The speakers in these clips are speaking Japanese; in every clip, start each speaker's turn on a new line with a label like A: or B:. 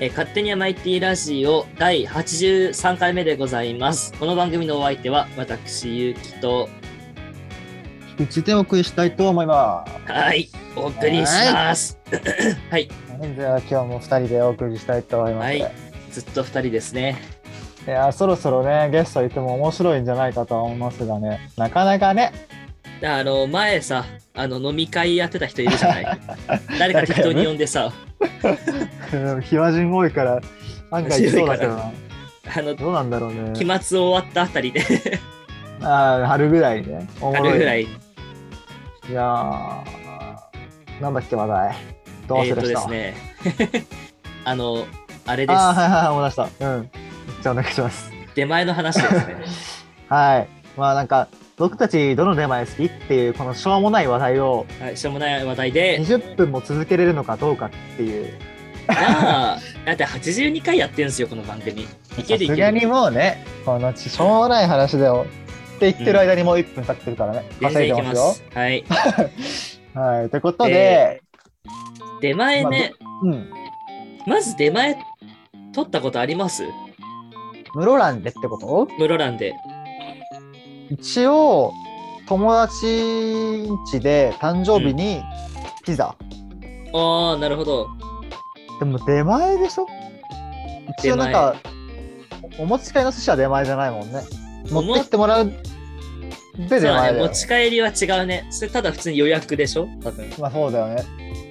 A: えー勝手に MIT ラジオ第83回目でございます。この番組のお相手は私、ゆうきと、
B: うちでお送りしたいと思いま
A: はい、お送りします。
B: す。では今日も二人でお送りしたいと思います。、
A: はいいずっと二人ですね。
B: やそろそろねゲスト行っても面白いんじゃないかとは思いますがね、なかなかね、
A: あの、前さ、あの、飲み会やってた人いるじゃない 誰か適当に呼んでさ、
B: 暇人多いから案外来そうだけどな、
A: あの、
B: どうなんだろう
A: 期
B: ね。
A: 末終わったあたりで、
B: あー春ぐらいね。おも
A: あ
B: ろい
A: るぐらい、
B: いやーなんだっけ話題。どう
A: え
B: す
A: っと
B: るし
A: で
B: た。
A: すね、 あの、あれで
B: あーは
A: す。
B: いはいはい思い出した。うん。じゃあお願いします。
A: 出前の話です ね。
B: はい。まあなんか僕たちどの出前好きっていうこのしょうもない話題を
A: はい、しょうもない話題 で、
B: 20分も続けれるのかどうかっていう
A: まあ、だって82回やってんすよ、この番組。いけ
B: さ
A: るい
B: す
A: け
B: が
A: る。
B: にもうねこのしょうもない話だよって言ってる間にもう1分経ってるからね、
A: 全然
B: 稼い
A: い
B: で
A: け
B: ま
A: ます
B: よ
A: す。はい。
B: はいってことで、
A: 出前ね、
B: うん
A: まず出前取ったことあります
B: 室蘭でってこと
A: 室蘭で。
B: 一応友達ん家で誕生日にピザ、
A: ああ、なるほど。
B: でも出前でしょ一応なんかおお持ち帰りの寿司は出前じゃないもんね
A: おも
B: 持ってきてもらうで出
A: そ
B: 前
A: う
B: だ
A: だね、
B: よね
A: 持ち帰りは違うね。それただ普通に予約でしょ多分。
B: まあそうだよね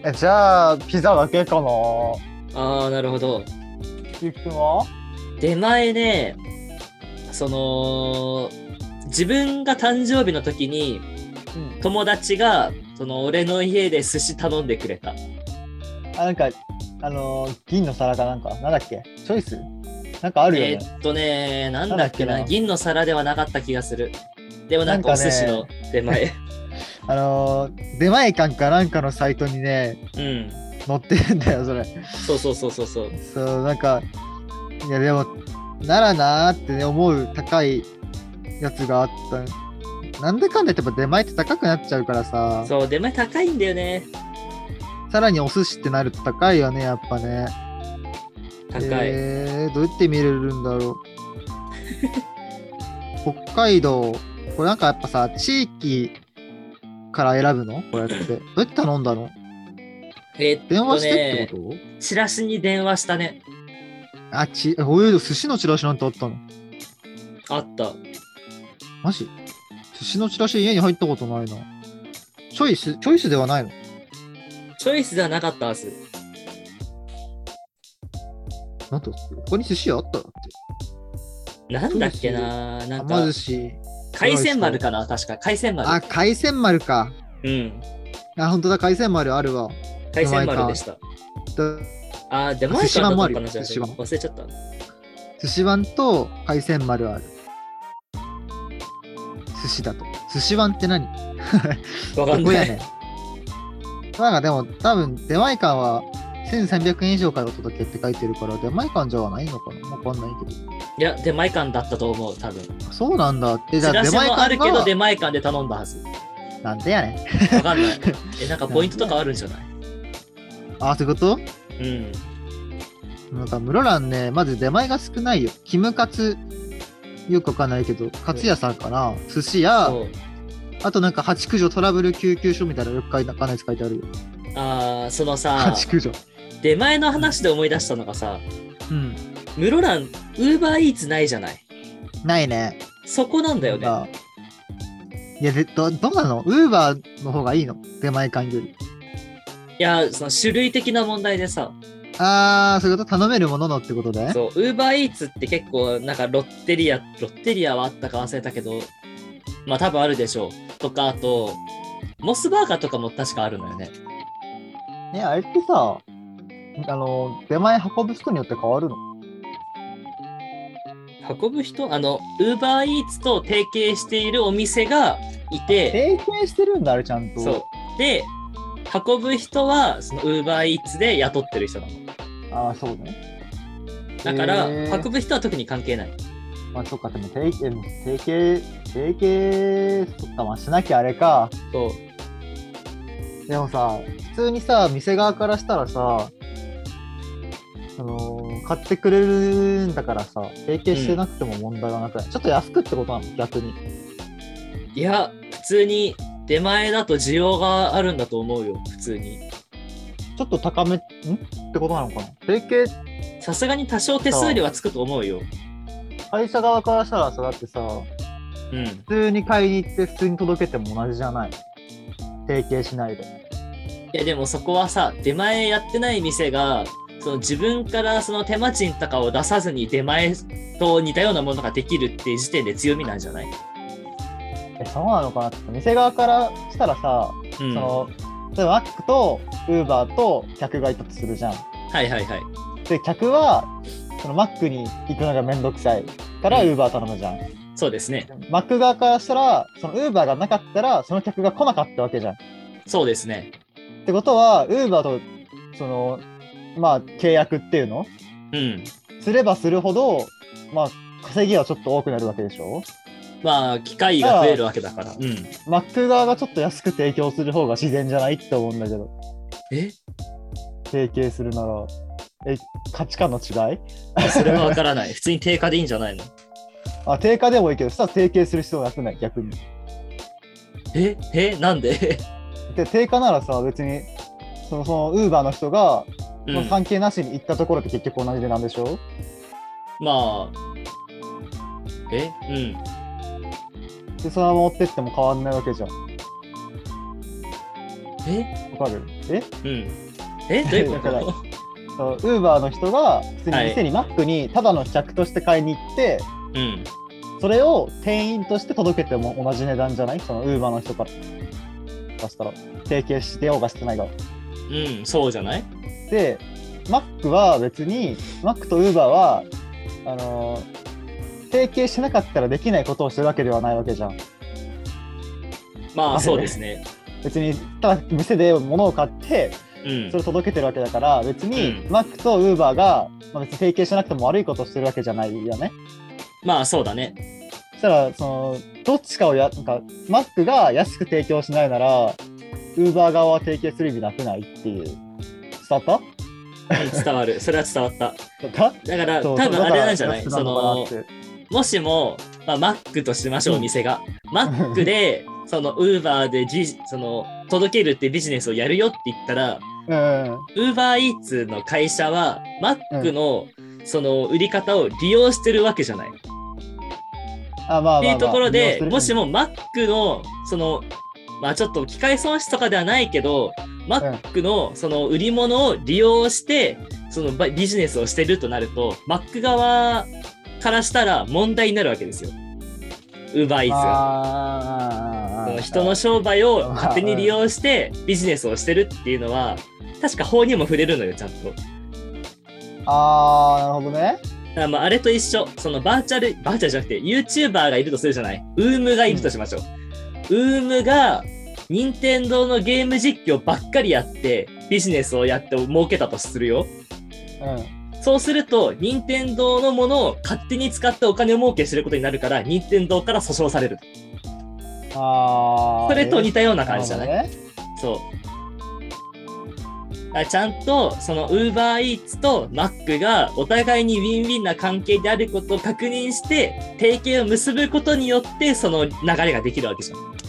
B: えじゃあピザだけかな
A: ああ、なるほど。
B: ゆきくんは
A: 出前ね、その、自分が誕生日の時に
B: うん
A: 友達が、その俺の家で寿司頼んでくれた。
B: あなんかあのー銀の皿かなんかなんだっけチョイスなんかあるよ
A: え
B: ね、
A: ーっとね、なんだっけ
B: な
A: な、
B: んだっけな
A: 銀の皿ではなかった気がする。でもなんかお
B: なんかね
A: 寿司の出前。
B: あのー出前館かなんかのサイトにね
A: うん。
B: 載ってるんだよそれ
A: そうそうそうそうそう。
B: そうなんかいやでもならなーって、ね、思う高いやつがあったなんでかんでやっぱ出前って高くなっちゃうからさ
A: そう、出前高いんだよね。
B: さらにお寿司ってなると高いよねやっぱね
A: 高い。
B: えー、どうやって見れるん だろう北海道これなんかやっぱさ地域から選ぶのこうやってどうやって頼んだの
A: えーっとね、
B: 電話してってこと、
A: チラシに電話したね。
B: あちおう寿司のチラシなんてあったの
A: あった。
B: マジ寿司のチラシ家に入ったことないなチョイスチョイスではないの
A: チョイスではなかったはず。
B: なんと他に寿司屋あっただって
A: なんだっけななん
B: 甘
A: か
B: 寿、司
A: 海鮮丸かな確か、海鮮
B: あ
A: 丸。
B: 海鮮丸か
A: うん。
B: あ本当だ海鮮丸あるわ
A: 海鮮丸でした。
B: だ
A: あー、出前
B: 寿司
A: 館だ
B: 版も
A: った
B: ある
A: か
B: よ
A: なじゃあ
B: 寿司版
A: 忘れちゃった。
B: 寿司碗と海鮮丸ある寿司だと寿司碗って何
A: わかん
B: どこ
A: な
B: や
A: い。
B: ねんなんかでも多分出前館は1300円以上からお届けって書いてるから出前館じゃないのかなわかんないけど
A: いや、出前館だったと思う、多分。
B: そうなんだって
A: チ
B: じゃあ
A: ラ
B: 出
A: シ
B: 前
A: もあるけ
B: 館
A: ど、
B: が
A: 出前館で頼んだはず。
B: なんでやねん
A: わかん ない。え、なんかポイントとかあるんじゃない
B: あそういうこと
A: うん。
B: なんか室蘭ねまず出前が少ないよキムカツよくわかんないけどカツ屋さんかな寿司屋
A: そう。
B: あとなんか八九条トラブル救急所みたいなのよく書いてわかんないやつ書いてあるよ
A: あー、そのさ、
B: 八九条
A: 出前の話で思い出したのがさ、
B: うん
A: 室蘭、ウーバーイーツないじゃない。
B: ないね
A: そこなんだよね。
B: なんかいやでどどうなのウーバーの方がいいの出前館より
A: いや、その種類的な問題でさ、
B: ああそういうこと頼めるもののってことで
A: そう、ウーバーイーツって結構、なんかロッテリア、ロッテリアはあったか忘れたけど、まあ多分あるでしょう。とか、あと、モスバーガーとかも確かあるのよね。
B: ねあれってさあの出前運ぶ人によって変わるの
A: 運ぶ人あの、ウーバーイーツと提携しているお店がいて、
B: 提携してるんだあれちゃんと
A: そう。で、運ぶ人は、そのウーバーイーツで雇ってる人なの。
B: ああそうね
A: だから、
B: へー
A: 運ぶ人は特に関係ない。
B: まあそっかでも提携提携提携そっかまあしなきゃあれか
A: そう。
B: でもさ普通にさ店側からしたらさあの買ってくれるんだからさ、提携してなくても問題はなくない、ちょっと安くってことなの逆に。
A: いや、普通に出前だと需要があるんだと思うよ、普通に。
B: ちょっと高め、んってことなのかな提携、
A: さすがに多少手数料はつくと思うよ。
B: 会社側からしたらさ、だってさ、
A: うん。
B: 普通に買いに行って普通に届けても同じじゃない。提携しないで。
A: いや、でもそこはさ、出前やってない店が、その自分からその手間賃とかを出さずに出前と似たようなものができるっていう時点で強みなんじゃない、
B: え、そうなのかなって。店側からしたらさ、
A: うん、
B: そ
A: は
B: の、例えばマックとウーバーと客がいたとするじゃん。
A: いはいはい。
B: で、客は、そのマックに行くのがめんどくさいからウ
A: うん
B: ーバー頼むじゃん。
A: そうですね。
B: マック側からしたら、そのウーバーがなかったら、その客が来なかったわけじゃん。っ
A: そうですね。
B: てことは、ウーバーと、その、まあ、契約っていうの
A: うん。
B: すればするほど、まあ、稼ぎはちょっと多くなるわけでしょ
A: まあ、機会が増えるわけだから。うん。
B: マック側がちょっと安く提供する方が自然じゃないって思うんだけど、
A: え
B: 提携するなら、え、価値観の違い
A: それはわからない。普通に定価でいいんじゃないの
B: あ、定価でもいいけど、さ、提携する必要なくない、逆に。
A: ええなんで
B: で、定価ならさ、別に、その、その、ウーバーの人が、
A: うん
B: まあ関係なしに行ったところって結局同じでなんでしょう、
A: まあ、えうん。
B: で、そのまま持ってっても変わんないわけじゃん。
A: え
B: わかるえ
A: うん。えどういうこ
B: だ
A: と
B: かウーバーの人が普通に店にマックにただの客として買いに行って、
A: うん。
B: それを店員として届けても同じ値段じゃないそのウーバーの人から出したら提携してようがしてないが
A: うん、そうじゃない
B: でマックは別にマックとウーバーはあのー提携してなかったらできないことをしてるわけではないわけじゃん
A: ま
B: あ
A: あ、
B: れ
A: そうですね。
B: 別にただ店で物を買って
A: うん
B: そ。れを届けてるわけだから別に
A: うん
B: マックとウーバーが、まあ、別に提携してなくても悪いことをしてるわけじゃないよね
A: まあ、そうだね。
B: そしたらそのどっちかをやなんかマックが安く提供しないならウーバー側は提携する意味なくないっていう伝わった
A: うん伝わる。 それは伝わった。
B: 伝わっ
A: だから、
B: た
A: 多
B: そう
A: 分あれなんじゃない
B: だ
A: そ
B: から
A: の
B: 安く、なのかなって
A: もしも、まあ、マックとしましょ
B: う
A: う、
B: ん
A: 店が。マックで、その、ウーバーでじ、その、届けるってビジネスをやるよって言ったら、
B: うん
A: ウーバーイーツの会社は、マックの、その、売り方を利用してるわけじゃない。っ
B: あまあまあまあ
A: ていうところ
B: 利用す
A: で、
B: る
A: もしもマックの、その、まあちょっと機械損失とかではないけど、マックのその売り物を利用して、そのばビジネスをしてるとなると、マック側からしたら問題になるわけですよ。ウーバーイーツが。
B: あ
A: そ
B: ーあーあーあ
A: の
B: ー
A: 人の商売を勝手に利用してビジネスをしてるっていうのは、確か法にも触れるのよ、ちゃんと。
B: あーなるほどね
A: あまあ、あれと一緒、そのバーチャル、バーチャルじゃなくて、YouTuber がいるとするじゃない。ウームがいるとしましょう。ウームが、任天堂のゲーム実況ばっかりやって、ビジネスをやって儲けたとするよ。そうすると、任天堂のものを勝手に使ってお金儲けしてることになるから、任天堂から訴訟される。
B: うんあ
A: そ
B: ー
A: れと似たような感じじゃない、
B: なる
A: そう。だからちゃんと、その UberEats と Mac がお互いにウィンウィンな関係であることを確認して、提携を結ぶことによって、その流れができるわけじゃん。
B: ほどね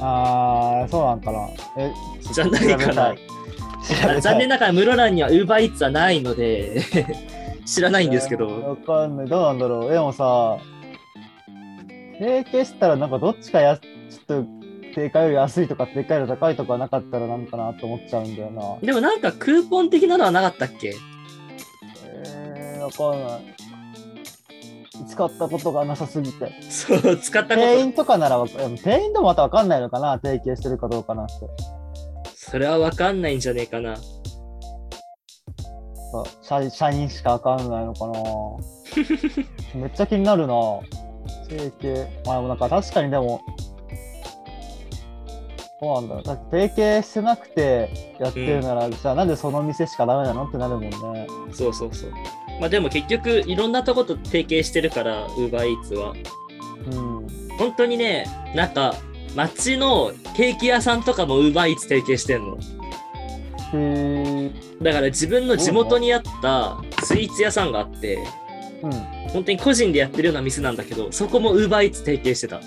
B: あーそうなんかなえ
A: じゃないかなあ残念
B: な
A: ながら室蘭には UberEats はないので、 知らないんですけど、
B: わかんないどうなんだろうでもさ提携したらなんかどっちかやちょっと定価より安いとか定価より高いとかなかったらなんかなと思っちゃうんだよな
A: でもなんかクーポン的なのはなかったっけ
B: えー、わかんない使ったことがなさすぎて
A: そう、使ったこ
B: 店
A: と。
B: 員とかならわか店員ともまたわかんないのかな提携してるかどうかなって
A: それはわかんないんじゃねえかな。
B: そう社社員しかわかんないの かなめっちゃ気になるな提携まあでもなんか確かにでもそうなんだよだって提携してなくてやってるなら、じゃあなんでその店しかダメなのってなるもんね
A: そうそうそう。まあでも結局、いろんなとこと提携してるから、UberEats は。
B: うん
A: 本当にね、なんか、町のケーキ屋さんとかもウーバーイーツ提携してんの。
B: へー
A: だから自分の地元にあったスイーツ屋さんがあって、
B: うん。
A: 本当に個人でやってるような店なんだけど、そこも UberEats 提携してた。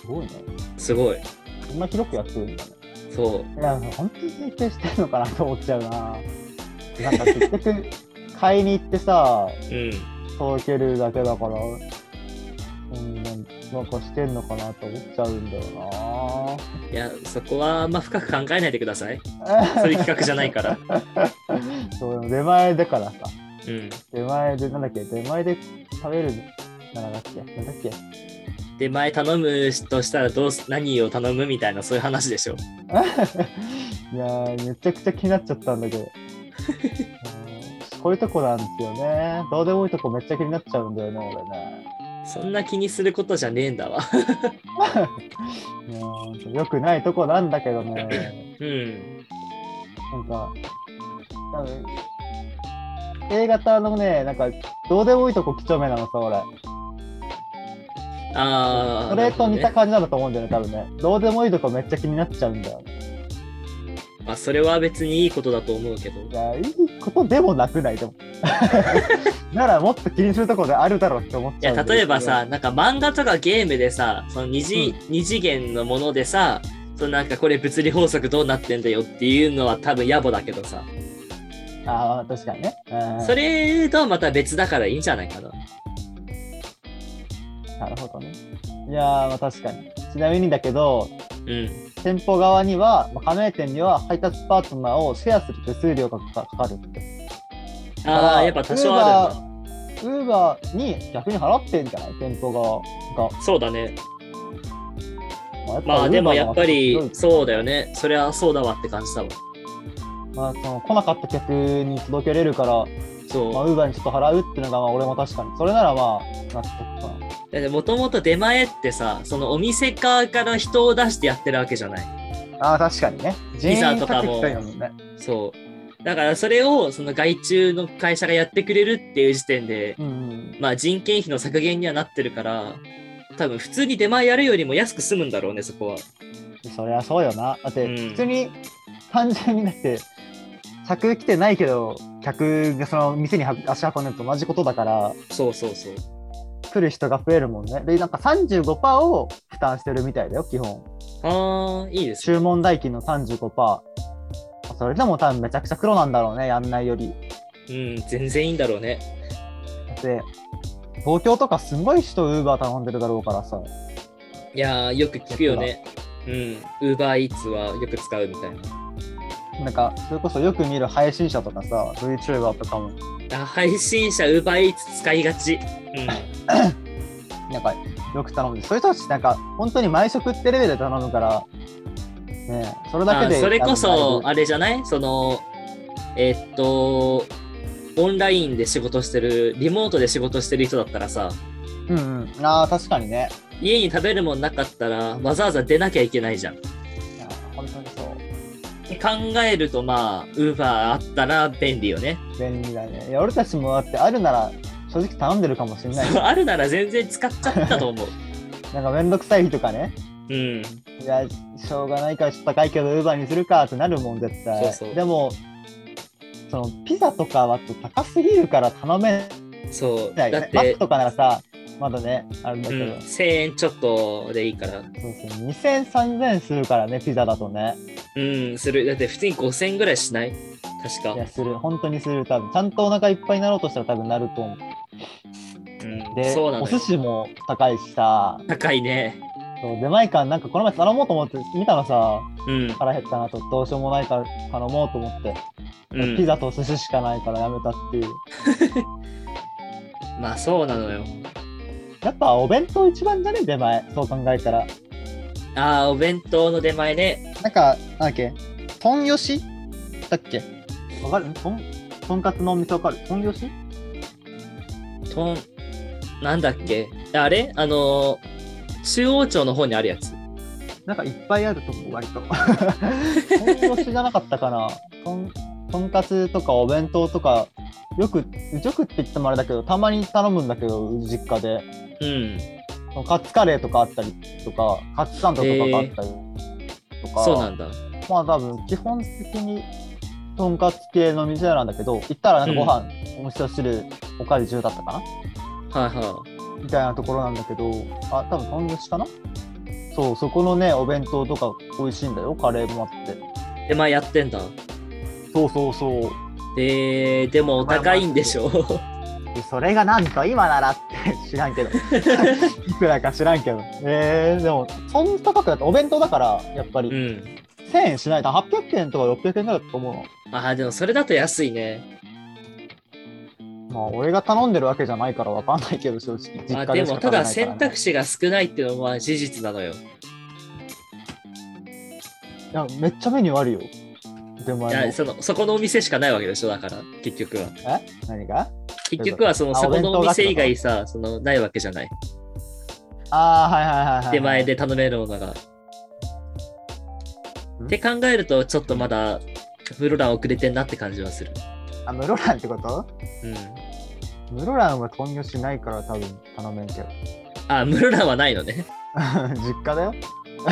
B: すごいね。
A: すごい。
B: そんな広くやってるんだね。
A: そう。
B: いや、本当に提携してるのかなと思っち ゃうな。なんか結局、買いに行ってさ、
A: うん。
B: 届けるだけだから、うん、なんかしてんのかなと思っちゃうんだよ
A: いや、そこはあんま深く考えないでください。
B: な。
A: そういう企画じゃないから。
B: そう、でも出前だからさ。
A: うん。
B: 出前で、なんだっけ、出前で食べるならだっけ、なんだっけ。
A: で、前頼むとしたらどうす何を頼むみたいな、そういう話でしょ。
B: いやー、めちゃくちゃ気になっちゃったんだけど。うんこういうとこなんですよね。どうでもいいとこめっちゃ気になっちゃうんだよね、俺ね。
A: そんな気にすることじゃねえんだわ。
B: いやーよくないとこなんだけどね。
A: うん。
B: なんか、多分 A 型のね、なんか、どうでもいいとこ几帳面なのさ、俺。
A: あー。
B: それと似
A: な
B: た
A: るほどね
B: 感じなんだと思うんだよね、多分ね。どうでもいいとこめっちゃ気になっちゃうんだよね。
A: まあ、それは別にいいことだと思うけど
B: い。や、いいことでもなくないでも。 ならもっと気にするとこであるだろうって思っ
A: い
B: ちゃう
A: や
B: んだよ
A: 例えばさ、なんか漫画とかゲームでさ、その二次,、二次元のものでさ、そのなんかこれ物理法則どうなってんだよっていうのは多分野暮だけどさ、
B: ああ、確かにね。うん
A: それとはまた別だからいいんじゃないかな。
B: なるほどね。いやー、まあ、確かに。ちなみにだけど、
A: うん。
B: 店舗側には、まあ加盟店には配達パートナーをシェアする手数料がかかかるって。
A: ああ、やっぱ多少あるんだ。
B: るウーバーに逆に払ってんじゃない店舗側が。
A: そうだね。
B: まあ
A: まあでもやっぱりそうだよ
B: ね。
A: ね。それはそうだわって感じだわ。
B: まあ、その来なかった客に届けれるから、まあ、
A: そう。
B: ウーバーにちょっと払うっていうのが、まあ、俺も確かに。それならまあ、納得かな。
A: だってもともと出前ってさ、そのお店側から人を出してやってるわけじゃない。
B: ああ、確かにね。
A: ピザとかも
B: 人員割ってきたよね
A: そう。だからそれをその外注の会社がやってくれるっていう時点で、
B: うんうん。
A: まあ人件費の削減にはなってるから、多分普通に出前やるよりも安く済むんだろうね、そこは。
B: そりゃそうよな。だって、
A: うん
B: 普通に、単純にだって、客来てないけど、客がその店には足運んでると同じことだから、
A: そうそうそう。
B: 来る人が増えるもんね。で、なんか35%を負担してるみたいだよ、基本。
A: ああ、いいですね。
B: 注文代金の35%。それでも多分めちゃくちゃ黒なんだろうね、やんないより。
A: うん、全然いいんだろうね。
B: で、東京とかすごい人ウーバー頼んでるだろうからさ。
A: いやー、よく聞くよね。うん、UberEats はよく使うみたいな。
B: なんか、それこそよく見る配信者とかさ、VTuber とかも、
A: あ配信者 UberEats 使いがち。うん。
B: なんかよく頼んで、そういう人たちなんか本当に毎食ってレベルで頼むから、ねえ、それだ
A: あ
B: けで。
A: それこそ、
B: あ
A: あれじゃないその、えっと、オンラインで仕事してる、リモートで仕事してる人だったらさ、
B: うんうん。ああ、確かにね。
A: 家に食べるもんなかったら、わざわざ出なきゃいけないじゃん。
B: いや本当にそう。
A: 考えるとまあ、ウーバーあったら便利よね。
B: 便利だね。いや、俺たちもだってあるなら、正直頼んでるかもしれない。
A: そうあるなら全然使っちゃったと思 う。
B: なんかめんどくさい日とかね。
A: うん。
B: いや、しょうがないからちょっと高いけど、ウーバーにするかってなるもん、絶対。
A: そうそう
B: でも、そのピザとかはちょっと高すぎるから頼め
A: そう。だ
B: ない、ね
A: っ。
B: マック
A: て、
B: とかならさ、まだね、あるんだ
A: うん
B: けど、、
A: 1000円ちょっとでいいから。
B: そうそう2000、3000するからね、ピザだとね。
A: うん、する。だって普通に5000円ぐらいしない確か
B: い。や、する、本当にする、多分ちゃんとお腹いっぱいになろうとしたら多分なると思
A: うん
B: う。で、
A: そうな
B: お
A: の
B: 寿
A: よ。
B: 司も高いしさ、
A: 高いね。
B: そう出前館なんかこの前頼もうと思って見たらさ、
A: うん。
B: 腹減ったなと、どうしようもないから頼もうと思って、
A: うん、
B: ピザとお寿司しかないからやめたっていう。
A: まあそうなのよ。
B: やっぱお弁当一番じゃね出前、そう考えたら。
A: ああ、お弁当の出前ね。
B: なんか、なんだっけ、とんよしだっけわかるとん、とんかつのお店わかるとんよし
A: とん、なんだっけあれあのー中央町の方にあるやつ。
B: なんかいっぱいあると思う、割 と。とんよしじゃなかったかな。とん、とんかつとかお弁当とか、よく、よくって言ってもあれだけど、たまに頼むんだけど、実家で。
A: うん。
B: カツカレーとかあったりとか、カツサンドとかがあったりとか、
A: そうなんだ。
B: まあ多分基本的にとんかつ系の店なんだけど行ったらなんかご飯、お味噌汁おかわり中だったかな
A: はいはい。
B: みたいなところなんだけどあ多分とんかつかなそうそこのねお弁当とか美味しいんだよカレーもあって
A: 手前やってんだ。
B: そうそうそう
A: えー、でもお高いんでしょ。
B: でそれがなんと今ならって 知らんけどいくらか知らんけどえー、でもそんな高くだってお弁当だからやっぱ
A: う
B: り
A: ん。
B: 1000円しないと800円とか600円ぐらいだと思うの
A: ああ、でもそれだと安いね。
B: まあ俺が頼んでるわけじゃないからわかんないけど正直実家でし
A: ま
B: か
A: あ
B: 食
A: で
B: べないから、ね、
A: も、ただ選択肢が少ないっていうのは事実なのよ。
B: いやめっちゃメニューあるよ出
A: い
B: 前
A: や、
B: の
A: その、そこのお店しかないわけでしょ、だから、結局は。
B: 何が
A: 結局は、その、
B: あ
A: そこのお店以
B: お
A: 外さ、その、ないわけじゃない。
B: ああはいはいはいはい
A: 手前で頼めるものが。
B: ん
A: って考えると、ちょっとまだ、室蘭遅れてんなって感じはする。
B: あ室蘭ってこと
A: うん。
B: 室蘭は豚魚しないから多分頼めんけど
A: あ、室蘭はないのね。
B: 実家だよ
A: あ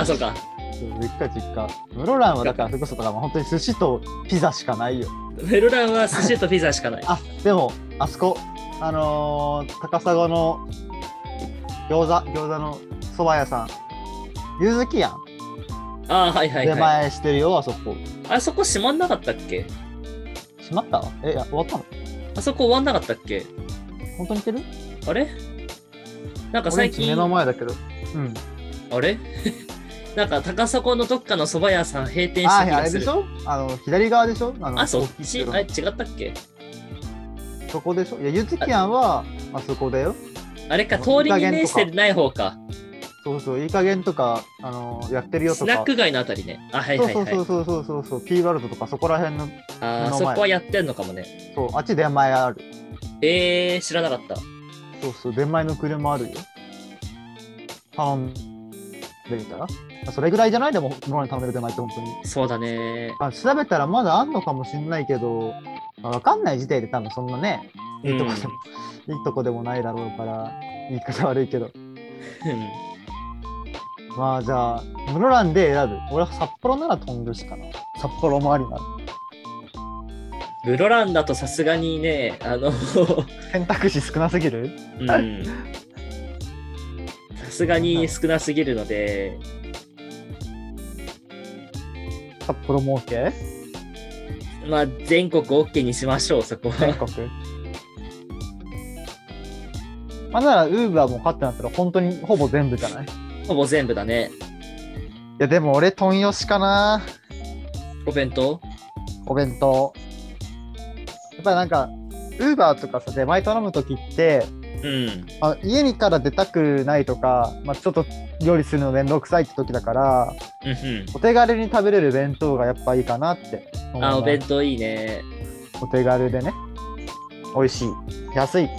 A: あ、そうか。
B: そう実家実家室蘭はだからそれこそだから本当に寿司とピザしかないよ
A: 室蘭は寿司とピザしかない。
B: あでもあそこあのー高砂の餃子餃子の蕎麦屋さんゆずきやん
A: ああ、はいはい
B: 出
A: はい。
B: 前してるよあそこ
A: あそこ閉まんなかったっけ
B: 閉まったえいや終わったの
A: あそこ終わんなかったっけ
B: 本当に行ける
A: あれなんか最近
B: 俺んち目、の前だけどうん
A: あれ なんか高砂のどっかの蕎麦屋さん閉店し
B: あ
A: た気
B: あ
A: が
B: れ
A: す
B: で
A: る
B: し。ょあの左側でしょあの
A: あ、そっ
B: 大きい
A: ち
B: けど
A: あ違ったっけ
B: そこでしょいやゆずきやんはあそこだよ
A: あれか、
B: あの
A: 通り
B: いい
A: に
B: 加減
A: 面してない方か。
B: そうそういい加減とかあのやってるよ
A: ス
B: と
A: ナッ
B: か
A: ク街のあたりね。あ、はい
B: そう
A: はい
B: そ
A: は
B: う
A: い。
B: そうそうそうそうそうピーワールドとかそこら辺の
A: あ
B: 目の
A: ー
B: 前
A: そこはやってんのかもね。
B: そうあっち出前ある
A: えー、知らなかった。
B: そうそう出前の車あるよ頼んでみたらあそれぐらいじゃないでも室蘭に頼める出前って本当に
A: そうだね。
B: あ調べたらまだあんのかもしんないけど、まあ、わかんない時点で多分そんなねいいとこでも、いいとこでもないだろうから言い方悪いけど
A: うん
B: まあじゃあ室蘭で選ぶ俺は札幌ならとんぐしかな札幌もありな
A: 室蘭だとさすがにね、あの、
B: 選択肢少なすぎる
A: うんさすがに少なすぎるので、
B: 札幌も OK
A: まあ、全国 OK にしましょう、そこ
B: 全
A: は。
B: 国まあならウーバーも勝ってなったら本当にほぼ全部じゃないい
A: ほぼ全部だね。
B: やでも俺豚よしかな
A: お弁当
B: お弁当やっぱりなんかウーバーとかさ出前頼む時って
A: うん。
B: まあ、家にから出たくないとか、まあ、ちょっと料理するの面倒くさいって時だから
A: うんうん
B: お手軽に食べれる弁当がやっぱいいかなって思います
A: あ、お弁当いいね。
B: お手軽でね美味しい安いや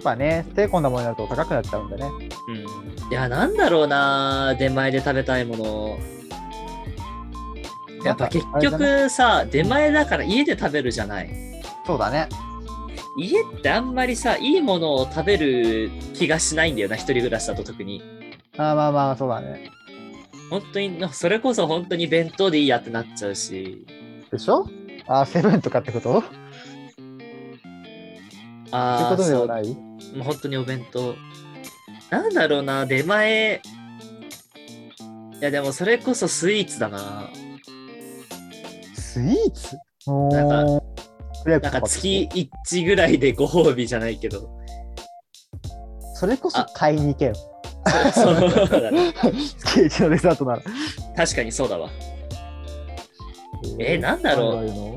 B: っぱね手込んだものになると高くなっちゃうんでね
A: うん。いや、なんだろうな、出前で食べたいもの。やっぱ結
B: なんかあれだね
A: 局さ、出前だから家で食べるじゃない。
B: そうだね
A: 家ってあんまりさ、いいものを食べる気がしないんだよな、一人暮らしだと特に。
B: あーまあまあそうだね
A: 本当に、なんかそれこそ本当に弁当でいいやってなっちゃうし。
B: でしょあーセブンとかってことって
A: あ
B: こ
A: あ、
B: とで
A: そ
B: は
A: う
B: ない
A: もう本当にお弁当。なんだろうな、出前。いや、でもそれこそスイーツだな。
B: スイーツお
A: なん
B: ークレープ
A: なん
B: とか
A: か月1ぐらいでご褒美じゃないけ ど。
B: それこそ買いに行けよ
A: そうそうだね
B: 月一のデザートなら
A: 確かにそうだわ。えーなんだろう
B: なんいうの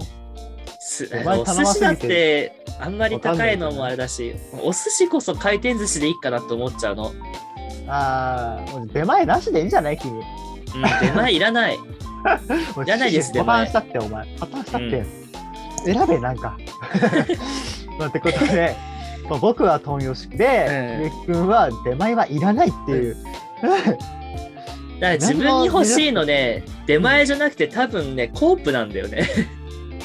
A: す
B: お前
A: あのお
B: 頼
A: 寿司
B: ませ
A: だ
B: に
A: っ
B: 行け
A: てあんまり高いのもあれだし、お寿司こそ回転寿司でいいかなと思っちゃうの。うん、
B: ああ、もう出前なしでいいんじゃない君。
A: 出前いらない。
B: もう
A: いらないです
B: 破
A: 出前
B: 綻したって、お前。破綻したって。選べ、なんか。 まあってこと で、まあ僕は豚洋式で、
A: うん
B: ゆうきくんは出前はいらないっていう。
A: だから自分に欲しいのね、出前じゃなくて多分ね、コープなんだよね。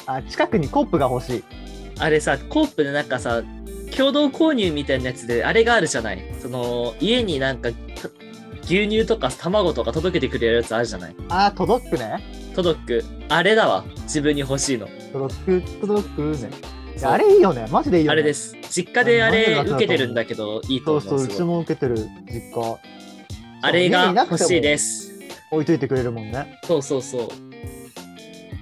B: あ近くにコップが欲しい。
A: あれさ、コープでなんかさ、共同購入みたいなやつで、あれがあるじゃない。その、家になんか、た牛乳とか卵とか届けてくれるやつあるじゃない
B: あー、届くね。
A: 届くあれだわ自分に欲しいの
B: 届く、届くね。い
A: そう
B: やあれいいよね。マジでいいよ
A: あ
B: ね。
A: れです実家であれ受けてるんだけどいいと
B: そう
A: 思
B: そうう、
A: す
B: う
A: ごい
B: ちも受けてる実家
A: あれが欲しいです
B: 置いといてくれるもんね。
A: そうそうそう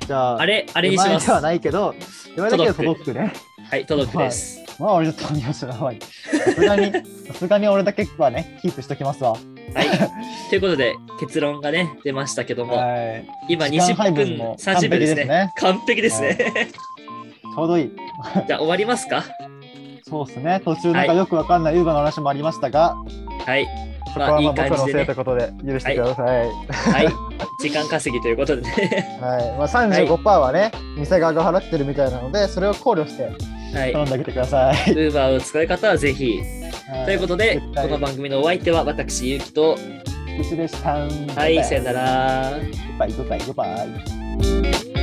B: じゃあ、
A: あれあれにし
B: 出
A: ま
B: 前
A: す
B: では
A: は
B: ないけど、言われだけど
A: 届
B: 届くね。
A: い届くです、
B: まあ俺ちょっと見ましょうな。まあさすがに、さすがに俺だけはね、キープしときますわ。
A: はい。ということで、結論がね、出ましたけども、
B: はい。
A: 今
B: 時間
A: 20
B: 配
A: 分
B: 分も
A: 30分ですね。完璧です
B: ね
A: ね。
B: ちょうどいい。
A: じゃあ終わりますか
B: そうですね。途中なんかよくわかんないウーバーの話もありましたが、
A: はい。
B: そこ
A: まあ
B: はまあ
A: いい感
B: 僕の
A: じで
B: せい
A: ね
B: ということで許してください。
A: はい。時間稼ぎということで ね。
B: はい。まあ35%はね、店側が払ってるみたいなので、それを考慮して
A: はい。
B: 頼んであげてください。
A: ウーバーを使う方はぜひ。
B: は
A: ということで、
B: 絶
A: こ
B: 対
A: の番組のお相手は私、ゆうきと、
B: うちでした。
A: はい、さよな。ら。
B: バイバイバイバイ。